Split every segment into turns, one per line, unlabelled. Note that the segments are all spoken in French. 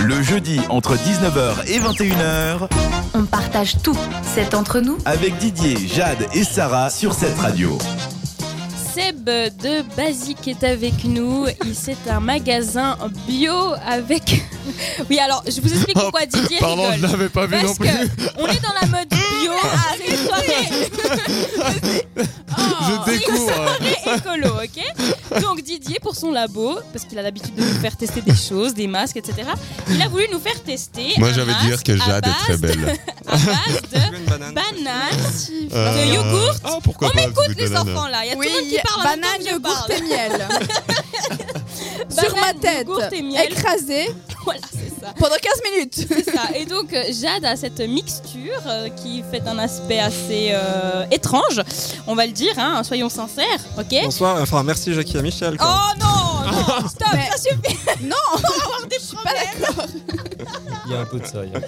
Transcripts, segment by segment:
Le jeudi, entre 19h et 21h,
On partage tout. C'est entre nous.
avec Didier, Jade et Sarah sur cette radio.
Seb de Basique est avec nous. Il- C'est un magasin bio avec. Oui, alors je vous explique pourquoi Didier
Pardon, je
rigole.
l'avais pas vu non
Parce
plus. Ah,
que on est dans la mode bio, c'est une soirée- Oh,
Je découvre.
c'est une soirée écolo, ok Donc Didier, pour son labo, parce qu'il a l'habitude de nous faire tester des choses, des masques, etc. Il a voulu nous faire tester.
Moi,
un
j'avais
masque
dire que
à
Jade est très
base-
belle.
À base de
banane.
bananes,
Euh,
de yogourt.
Ah, pourquoi
On
pas
m'écoute
vous
les
banane.
enfants là, il y a
Oui,
tout le monde qui parle en même temps
banane,
que je
yogourt
parle.
et miel. Sur ma
Banane,
tête,
yogourt et miel.
écrasée
Voilà, c'est ça.
pendant 15 minutes.
C'est ça. Et donc euh, Jade a cette mixture euh, qui fait un aspect assez euh, étrange, on va le dire, hein, soyons sincères, ok
Bonsoir, enfin merci Jackie à Michel.
Oh
quoi.
non,
Ah.
non, stop,
Mais-
ça suffit.
Non,
des
je suis pas d'accord.
Il y a un peu de ça. il y a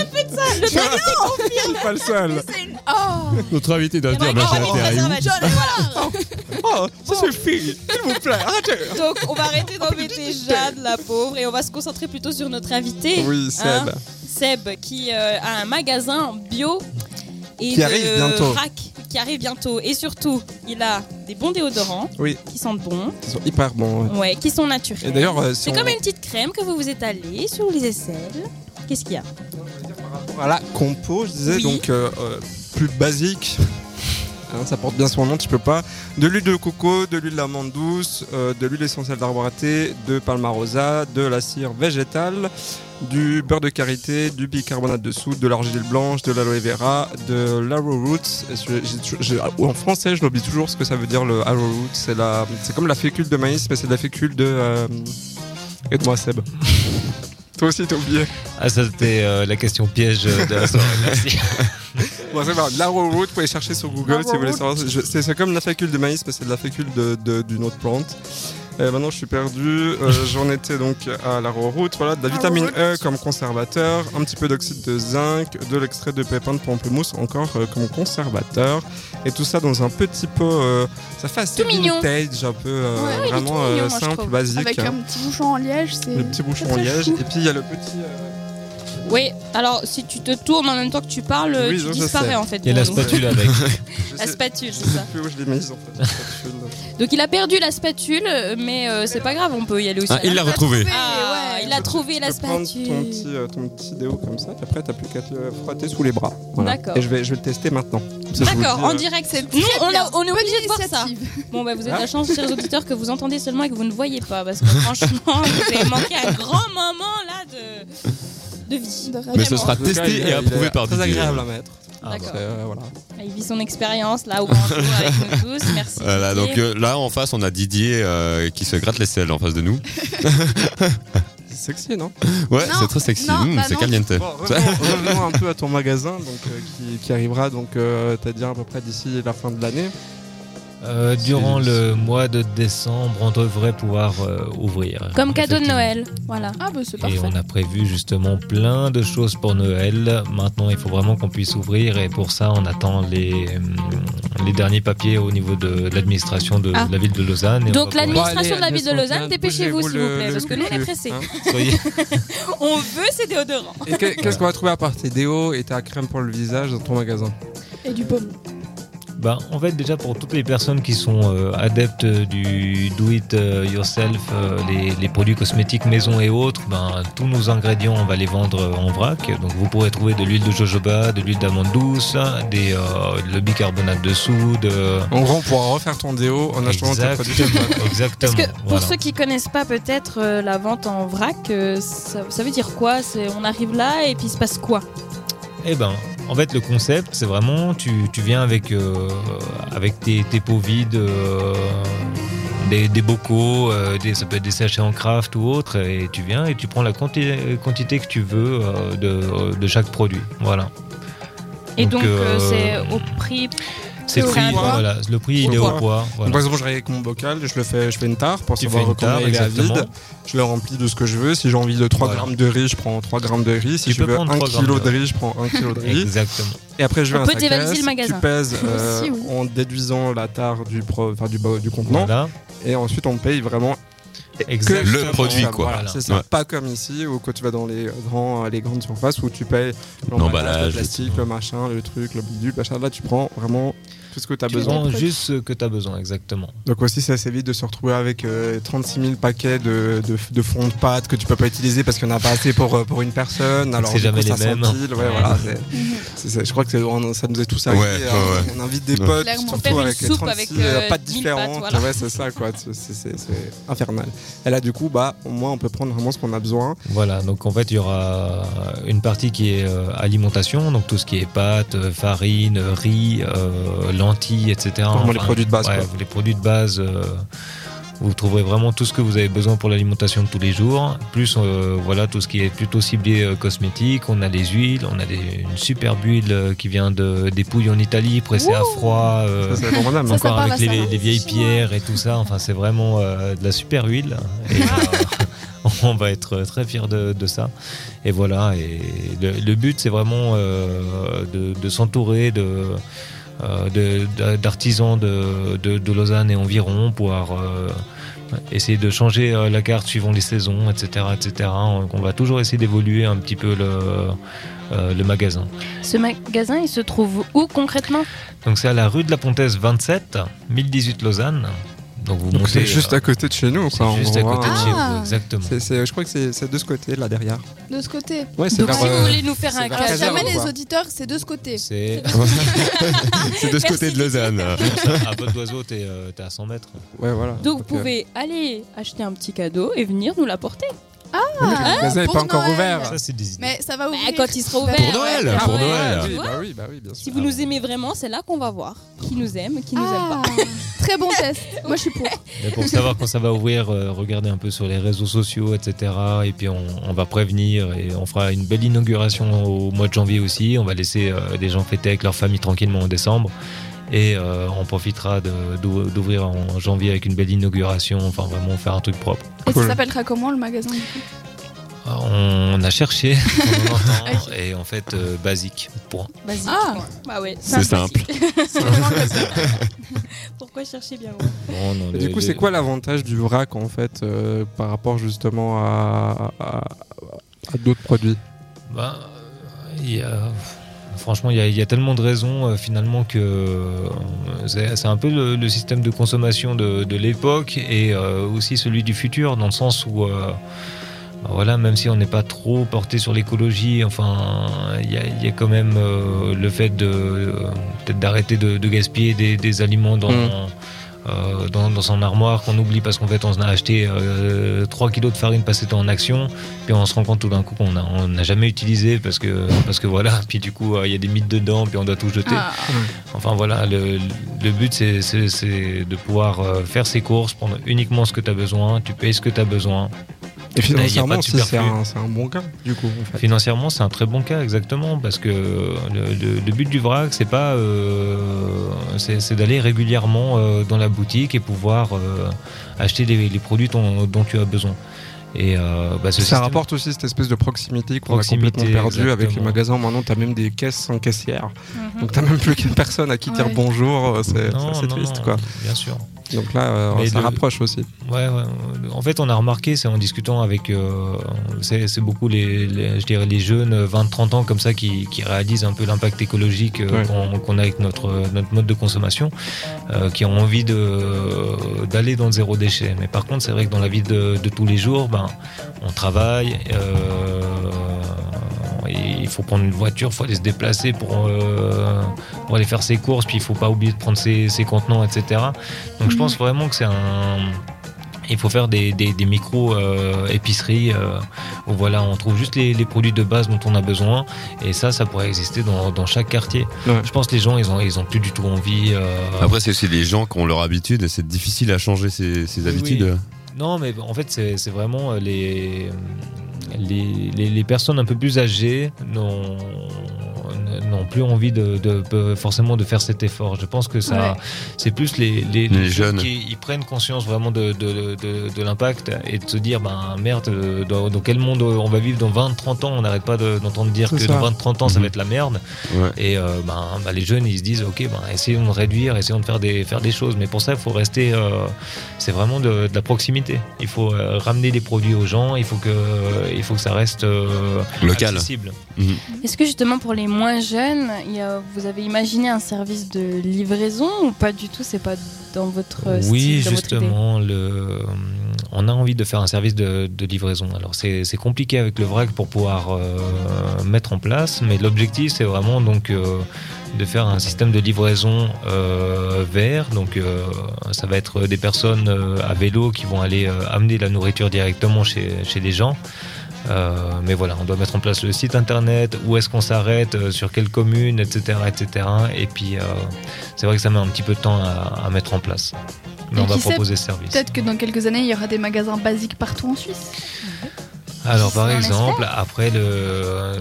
un peu de ça.
Le dragon,
C'est pas le seul.
C'est une. Oh,
Notre invité doit
il
le
y a
dire,
marqué
bah, j'ai
Henri
été à Rim.
Préservatif.
Oh, ça suffit. S'il vous plaît, arrêtez.
Donc on va arrêter d'embêter Jade, la pauvre, et on va se concentrer plutôt sur notre invité,
Oui, Seb.
Hein Seb, qui euh, a un magasin bio et
Qui
de
arrive bientôt.
rack, qui arrive bientôt. Et surtout, il a des bons déodorants
Oui.
qui sentent bon,
Ils sont hyper bons. ouais.
ouais, qui sont naturels.
Et d'ailleurs, euh, si
C'est
on-
comme une petite crème que vous vous étalez sur les aisselles. Qu'est-ce qu'il y a
Voilà, compo, je disais,
Oui.
donc euh, euh, plus basique. Hein, ça porte bien son nom, tu peux pas. De l'huile de coco, de l'huile d'amande douce, euh, de l'huile essentielle d'arbre à thé, de palmarosa, de la cire végétale, du beurre de karité, du bicarbonate de soude, de l'argile blanche, de l'aloe vera, de l'arrow roots. Et je- j'ai toujours- j'ai- en français, je l'oublie toujours ce que ça veut dire le arrow root. C'est la- c'est comme la fécule de maïs, mais c'est de la fécule de. euh, Aide-moi, Seb. Toi aussi, t'as oublié.
Ah, ça, c'était euh, la question piège euh, de la soirée. Merci.
Bon, c'est pas grave. L'arrow root, vous pouvez chercher sur Google si vous voulez
L'arrowroot.
savoir. Je- C'est c'est comme la fécule de maïs, mais c'est de la fécule de- de- d'une autre plante. Euh, maintenant, je suis perdu. Euh, J'en étais donc à l'arrow root. Voilà, de la vitamine E comme conservateur, un petit peu d'oxyde de zinc, de l'extrait de pépins de pamplemousse encore euh, comme conservateur. Et tout ça dans un petit pot. euh, ça fait assez
Tout mignon.
vintage, un peu euh,
Ouais,
il est tout
vraiment
mignon, moi, je
simple,
trouve.
basique.
avec un petit bouchon en liège, c'est.
hein. Le petit bouchon en
très
liège.
chou.
Et puis, il y a le petit. euh,
Oui, alors si tu te tournes en même temps que tu parles,
Oui,
tu
je- je
disparais
sais.
en fait.
Il y a
pour
la
nous.
spatule avec.
je
La
sais-
spatule,
je
c'est
sais
ça.
plus où je l'ai mise en fait. la spatule.
Donc il a perdu la spatule, mais euh, c'est pas grave, on peut y aller aussi. hein.
Ah, il l'a retrouvé.
Ah,
Ouais.
il a trouvé la
Tu peux prendre
spatule.
Ton petit, euh, ton petit déo comme ça, et après, t'as plus qu'à te le frotter sous les bras. Voilà.
D'accord.
Et je vais, je vais le tester maintenant. Parce que je vous
D'accord,
le dis,
en
euh,
direct, c'est.
Très
Nous, on,
bien.
a- on est
Bonne
obligé de voir ça.
initiative.
Bon, bah, vous avez
Hein
la chance, chers auditeurs, que vous entendez seulement et que vous ne voyez pas. Parce que franchement, vous avez manqué un grand moment là de, de vie.
De rêve.
Mais ce
Vraiment.
sera
en tout cas,
testé
il est-
et
il
approuvé
est
par
Très
Didier.
agréable à mettre.
D'accord. Ah,
Euh, voilà.
Il vit son expérience là au bandeau avec nous tous. Merci.
Voilà,
Didier.
donc euh, là en face on a Didier euh, qui se gratte les selles en face de nous.
C'est sexy, non
Ouais,
Non,
c'est très sexy.
non,
Mmh,
bah
c'est
non.
caliente.
Bon, revenons, revenons un peu à ton magasin donc, euh, qui, qui arrivera, donc, euh, t'as dit à peu près d'ici la fin de l'année.
Euh, durant le mois de décembre, on devrait pouvoir euh, ouvrir.
Comme cadeau de
Effectivement.
Noël. Voilà.
Ah, bah c'est
Et
parfait.
on a prévu justement plein de choses pour Noël. Maintenant, il faut vraiment qu'on puisse ouvrir et pour ça, on attend les, hum, les derniers papiers au niveau de, de l'administration de,
Ah.
la ville de Lausanne. et on
Donc
va pouvoir-
Bah,
l'administration de la ville de Lausanne, dépêchez-vous s'il vous plaît, parce que nous on est pressés.
pressé
Soyez-
On veut ces déodorants.
Hein. et que- qu'est-ce qu'on va trouver à part tes déos et ta crème pour le visage dans ton magasin
Et du baume.
Ben, en fait, déjà pour toutes les personnes qui sont euh, adeptes du do it euh, yourself, euh, les, les produits cosmétiques maison et autres, ben, tous nos ingrédients, on va les vendre euh, en vrac. Donc vous pourrez trouver de l'huile de jojoba, de l'huile d'amande douce, des, euh, le bicarbonate de soude. euh,
En gros, on pourra refaire ton déo en achetant tes produits.
Exactement. exactement.
Parce que pour
Voilà.
ceux qui connaissent pas peut-être euh, la vente en vrac, euh, ça, ça veut dire quoi C'est on arrive là et puis il se passe quoi
Eh ben, en fait, le concept, c'est vraiment, tu, tu viens avec, euh, avec tes, tes pots vides, euh, des, des bocaux, euh, des, ça peut être des sachets en craft ou autre, et tu viens et tu prends la quanti- quantité que tu veux euh, de, de chaque produit. Voilà.
Et donc, euh,
euh,
c'est au prix.
c'est
au
pris,
poids.
voilà, le prix
Au
il est au
poids.
poids. voilà.
Donc, Par exemple, je vais avec mon bocal, je, le fais, je fais une tare pour
Tu fais
savoir
une
combien
tare,
il est à
exactement.
vide. Je le remplis de ce que je veux. Si j'ai envie de 3
Voilà.
grammes de riz, je prends 3 grammes de riz. Si
Tu
je
peux
veux
prendre
1
3
kilo
grammes
de
de
riz, je prends 1 kilo de riz.
Exactement.
Et après, je vais
On
à
peut
sa
dévaliser
caisse,
le magasin.
Tu pèses euh,
Aussi, oui.
en déduisant la tare du, pro- enfin, du, bo- du contenant.
Voilà.
Et ensuite, on paye vraiment
Exactement.
Le produit, quoi.
Voilà,
Voilà.
c'est ça.
Ouais.
Pas comme ici où quand tu vas dans les, grands, les grandes surfaces où tu payes l'emballage, le
L'emballage,
plastique, le machin, le truc, le bidule, machin. Là, tu prends vraiment tout ce que tu as
Tu
besoin.
vends juste ce que tu as besoin, exactement.
Donc aussi, ça s'évite de se retrouver avec euh, 36 000 paquets de, de, de fonds de pâte que tu peux pas utiliser parce qu'il n'y en a pas assez pour, euh, pour une personne. Alors,
C'est
du
jamais
coup,
les
ça
mêmes.
s'empile. Ouais, voilà, c'est- c'est ça. je crois que c'est- on- ça nous est tous arrivé.
Ouais, ouais,
hein.
ouais.
On invite des
Ouais.
potes,
Clairement.
surtout
Faire une
avec les
soupe
36
avec,
euh,
euh, 1000
pâtes
pâtes,
différentes.
voilà.
Ouais, c'est ça, quoi. C'est- C'est c'est infernal. Et là, du coup, bah, au moins, on peut prendre vraiment ce qu'on a besoin.
Voilà, donc en fait, il y aura une partie qui est euh, alimentation, donc tout ce qui est pâtes, euh, farine, riz, euh, lentilles, etc.
Vraiment les produits de base,
ouais,
quoi.
Les produits de base. euh, vous trouverez vraiment tout ce que vous avez besoin pour l'alimentation de tous les jours, plus euh, voilà tout ce qui est plutôt ciblé euh, cosmétique. On a les huiles, on a des- une superbe huile euh, qui vient de, des Pouilles en Italie, pressée à
Ouh
froid. euh,
Ça, c'est vraiment dingue.
Ça, ça
encore
parle à
avec les,
Sarah.
les vieilles pierres et tout ça. Enfin, c'est vraiment euh, de la super huile. Et, euh, on va être très fiers de, de ça. Et voilà. Et le, le but, c'est vraiment euh, de, de s'entourer de euh, de- de- d'artisans de, de, de Lausanne et environ pour euh, essayer de changer euh, la carte suivant les saisons, etc. etc. On, on va toujours essayer d'évoluer un petit peu le, euh, le magasin.
Ce magasin, il se trouve où concrètement
Donc c'est à la rue de la Pontaise 27, 1018 Lausanne. Donc vous
Donc,
montez
c'est juste
euh,
à côté de chez nous.
c'est
quoi, en
juste à
gros,
côté de
hein.
chez
Ah.
vous, exactement.
C'est- c'est- Je crois que c'est c'est de ce côté, là, derrière.
de ce côté.
Ouais, c'est
Donc
vers,
si vous
euh,
voulez nous faire
c'est
un
vers
câlin,
Caserne,
Jamais les
quoi.
auditeurs, c'est de ce côté.
C'est
C'est de ce côté de Lausanne.
à Ah, votre d'oiseau, t'es euh, t'es à 100 mètres.
Ouais, voilà.
donc vous
euh,
pouvez aller acheter un petit cadeau et venir nous l'apporter.
Le magasin n'est
pour
pas encore
Noël.
ouvert.
Ça, c'est des idées.
Ah. Mais ça va
Ah. Bah,
ouvrir.
quand il sera ouvert.
Pour
ouais. Ah
Noël, pour
Ouais.
Noël.
oui,
Ouais.
bah oui, bah oui, bien sûr.
Ah,
Si vous nous aimez vraiment, c'est là qu'on va voir qui nous aime, qui nous aime pas.
Ah, Très bon test.
Ah.
Moi, je suis pour.
Mais pour savoir quand ça va ouvrir, euh, regardez un peu sur les réseaux sociaux, etc. Et puis on, on va prévenir et on fera une belle inauguration au mois de janvier aussi. On va laisser euh, des gens fêter avec leur famille tranquillement en décembre. Et euh, on profitera de- d'ou- d'ouvrir en janvier avec une belle inauguration. Enfin, vraiment faire un truc propre.
Et
Cool.
ça s'appellera comment le magasin du coup
On a cherché, on en entend, et en fait, euh, basique. Point.
Vas-y.
Ah.
bah ouais,
C'est simple.
C'est vraiment comme ça. Pourquoi chercher bien loin
Bon, non,
Et
les-
du coup,
les-
c'est quoi l'avantage du vrac en fait euh, par rapport justement à, à- à d'autres produits
Ben, il y a- Franchement, il y, a- il y a tellement de raisons euh, finalement que euh, c'est c'est un peu le, le système de consommation de, de l'époque et euh, aussi celui du futur, dans le sens où, euh, ben voilà, même si on n'est pas trop porté sur l'écologie, enfin, il y a, il y a quand même euh, le fait de euh, peut-être d'arrêter de, de gaspiller des, des aliments dans.
Mm.
euh, dans, dans son armoire qu'on oublie parce qu'en fait on a acheté euh, 3 kilos de farine passée en action puis on se rend compte tout d'un coup qu'on a- on n'a jamais utilisé parce que, parce que voilà, puis du coup euh, il y a des mythes dedans, puis on doit tout jeter.
Ah.
Enfin voilà, le, le but c'est- c'est c'est de pouvoir euh, faire ses courses, prendre uniquement ce que tu as besoin, tu payes ce que tu as besoin.
Et
pas
financièrement,
de
aussi, c'est
superflu.
un, c'est un bon cas du coup. En fait.
Financièrement c'est un très bon cas exactement, parce que euh, le, le- le but du vrac c'est pas euh, c'est c'est d'aller régulièrement euh, dans la boutique et pouvoir euh, acheter les, les produits dont, dont tu as besoin. Et euh, bah, ce
Ça
système-
rapporte aussi cette espèce de proximité qu'on a
Proximité,
complètement perdue avec les
exactement.
magasins. Maintenant, t'as même des caisses sans caissière.
Mhm.
Donc, t'as même plus qu'une personne à qui dire
Ouais.
bonjour. euh, C'est
Non,
c'est
non,
triste quoi.
Bien sûr.
Donc là, euh,
Mais
ça
de-
rapproche aussi.
Ouais, ouais. En fait, on a remarqué, c'est en discutant avec, euh, c'est c'est beaucoup les, les- je dirais les jeunes euh, 20-30 ans comme ça qui, qui réalisent un peu l'impact écologique euh,
Ouais.
qu'on qu'on a avec notre euh, notre mode de consommation, euh, qui ont envie de d'aller dans le zéro déchet. Mais par contre, c'est vrai que dans la vie de, de tous les jours, ben, on travaille. euh, il faut prendre une voiture, il faut aller se déplacer pour, euh, pour aller faire ses courses, puis il faut pas oublier de prendre ses, ses contenants, etc. Donc je pense vraiment que c'est un, il faut faire des, des, des micro euh, épiceries euh, où voilà, on trouve juste les, les produits de base dont on a besoin et ça, ça pourrait exister dans, dans chaque quartier.
Ouais.
Je pense que les gens, ils ont, ils ont plus du tout envie. euh,
Après, c'est aussi les gens qui ont leur habitude et c'est difficile à changer ses, ses habitudes.
Non, mais en fait, c'est c'est vraiment euh, les, les, les, les personnes un peu plus âgées n'ont n'ont plus envie de, de- de- forcément de faire cet effort. Je pense que ça,
Ouais.
c'est plus les, les,
Les
ceux
jeunes.
qui ils prennent conscience vraiment de, de- de- de l'impact et de se dire ben merde, euh, dans, dans quel monde on va vivre dans 20-30 ans On n'arrête pas de- d'entendre dire
C'est
que
ça.
dans 20-30 ans ça
Mhm.
va être la merde.
Ouais.
Et euh, ben, ben, les jeunes ils se disent ok, ben, essayons de réduire, essayons de faire des, faire des choses. Mais pour ça il faut rester. euh, c'est vraiment de, de la proximité. Il faut euh, ramener des produits aux gens, il faut que, il faut que ça reste euh,
Local.
Ah,
accessible.
Est-ce que justement pour les moins jeunes, il y a- vous avez imaginé un service de livraison ou pas du tout C'est pas dans votre euh,
Oui,
style, dans votre idée
justement, le, on a envie de faire un service de, de livraison. Alors c'est c'est compliqué avec le vrac pour pouvoir euh, mettre en place, mais l'objectif c'est vraiment donc euh, de faire un système de livraison euh, vert. Donc euh, ça va être des personnes euh, à vélo qui vont aller euh, amener la nourriture directement chez, chez les gens. Euh, mais voilà, on doit mettre en place le site internet, où est-ce qu'on s'arrête, euh, sur quelle commune, etc. etc. Et puis, euh, c'est vrai que ça met un petit peu de temps à, à mettre en place. Mais
Et
on va
qui sait,
proposer ce service.
Peut-être que dans quelques années, il y aura des magasins basiques partout en Suisse.
Alors par
On
exemple, après le,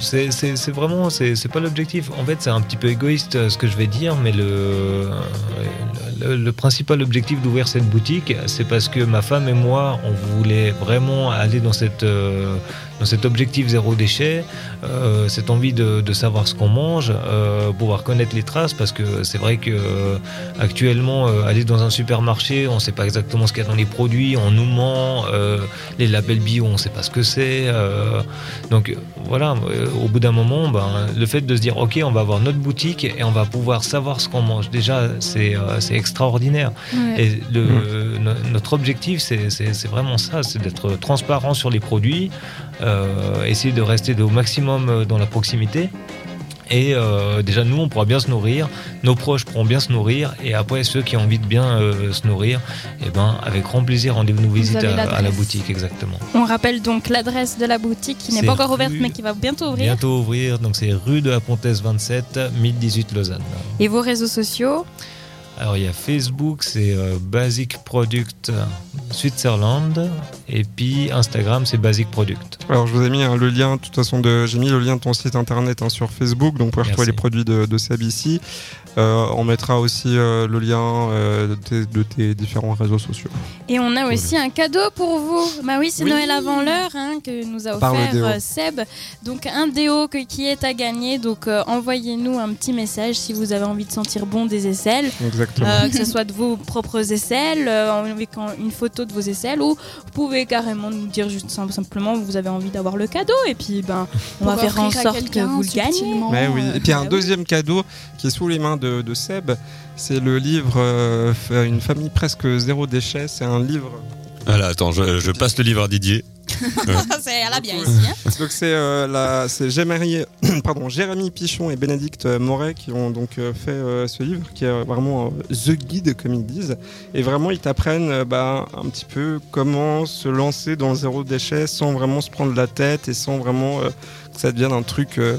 c'est c'est- c'est vraiment, c'est c'est pas l'objectif. En fait, c'est un petit peu égoïste euh, ce que je vais dire, mais le euh, le, le principal objectif d'ouvrir cette boutique, c'est parce que ma femme et moi, on voulait vraiment aller dans cette euh, dans cet objectif zéro déchet, euh, cette envie de, de savoir ce qu'on mange, euh, pouvoir connaître les traces, parce que c'est vrai que euh, actuellement, euh, aller dans un supermarché, on ne sait pas exactement ce qu'il y a dans les produits, on nous ment. euh, les labels bio, on ne sait pas ce que c'est. euh, donc voilà, euh, au bout d'un moment, ben, le fait de se dire, ok, on va avoir notre boutique et on va pouvoir savoir ce qu'on mange, déjà, c'est euh, c'est extraordinaire.
Ouais.
Et le- no- notre objectif, c'est- c'est c'est vraiment ça, c'est d'être transparent sur les produits, euh, essayer de rester au maximum euh, dans la proximité. Et euh, déjà, nous, on pourra bien se nourrir, nos proches pourront bien se nourrir, et après, ceux qui ont envie de bien euh, se nourrir, eh ben, avec grand plaisir, rendez-vous visite
avez
à- à la
l'adresse.
boutique, exactement.
On rappelle donc l'adresse de la boutique qui n'est
C'est
pas encore ouverte
rue-
mais qui va bientôt ouvrir.
Bientôt ouvrir, donc c'est rue de la Pontesse 27, 1018 Lausanne.
Et vos réseaux sociaux
Alors il y a Facebook, c'est euh, Basic Product Switzerland, et puis Instagram, c'est Basic Product.
Alors je vous ai mis hein, le lien, de toute façon, de, j'ai mis le lien de ton site internet hein, sur Facebook, donc vous pouvez retrouver
Merci.
les produits de, de Seb ici. Euh, on mettra aussi euh, le lien euh, de, tes, de tes différents réseaux sociaux.
et on a aussi un cadeau pour vous. Bah oui, c'est
Oui.
Noël avant l'heure hein, que nous a
Par le
offert
déo.
euh, Seb. Donc un déo que- qui est à gagner. Donc euh, envoyez-nous un petit message si vous avez envie de sentir bon des aisselles.
Exactement.
Euh, que ce soit de vos propres aisselles, euh, avec un- une photo de vos aisselles, ou vous pouvez carrément nous dire juste sim- simplement vous avez envie d'avoir le cadeau, et puis ben, on va
Pour
faire en
offrir à
sorte que
quelqu'un
vous le gagnez.
subtilement,
Mais oui.
euh,
Et puis il y a un
bah oui.
deuxième cadeau qui est sous les mains de, de Seb, c'est le livre euh, F- Une famille presque zéro déchet. C'est un livre.
Ah là, attends, je, je passe le livre à Didier.
C'est à la bien ici. hein.
Donc c'est euh, la- c'est Jérémy, pardon, Jérémy Pichon et Bénédicte Moret qui ont donc euh, fait euh, ce livre qui est vraiment euh, the guide comme ils disent et vraiment ils t'apprennent euh, bah, un petit peu comment se lancer dans le zéro déchet sans vraiment se prendre la tête et sans vraiment euh, que ça devienne un truc euh,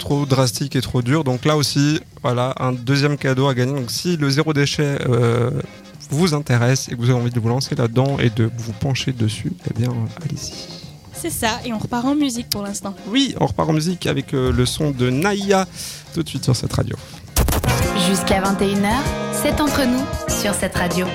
trop drastique et trop dur. Donc là aussi voilà un deuxième cadeau à gagner. Donc si le zéro déchet euh, vous intéresse et que vous avez envie de vous lancer là-dedans et de vous pencher dessus, eh bien allez-y.
C'est ça, et on repart en musique pour l'instant.
Oui, on repart en musique avec euh, le son de Naya tout de suite sur cette radio.
Jusqu'à 21h, c'est entre nous sur cette radio.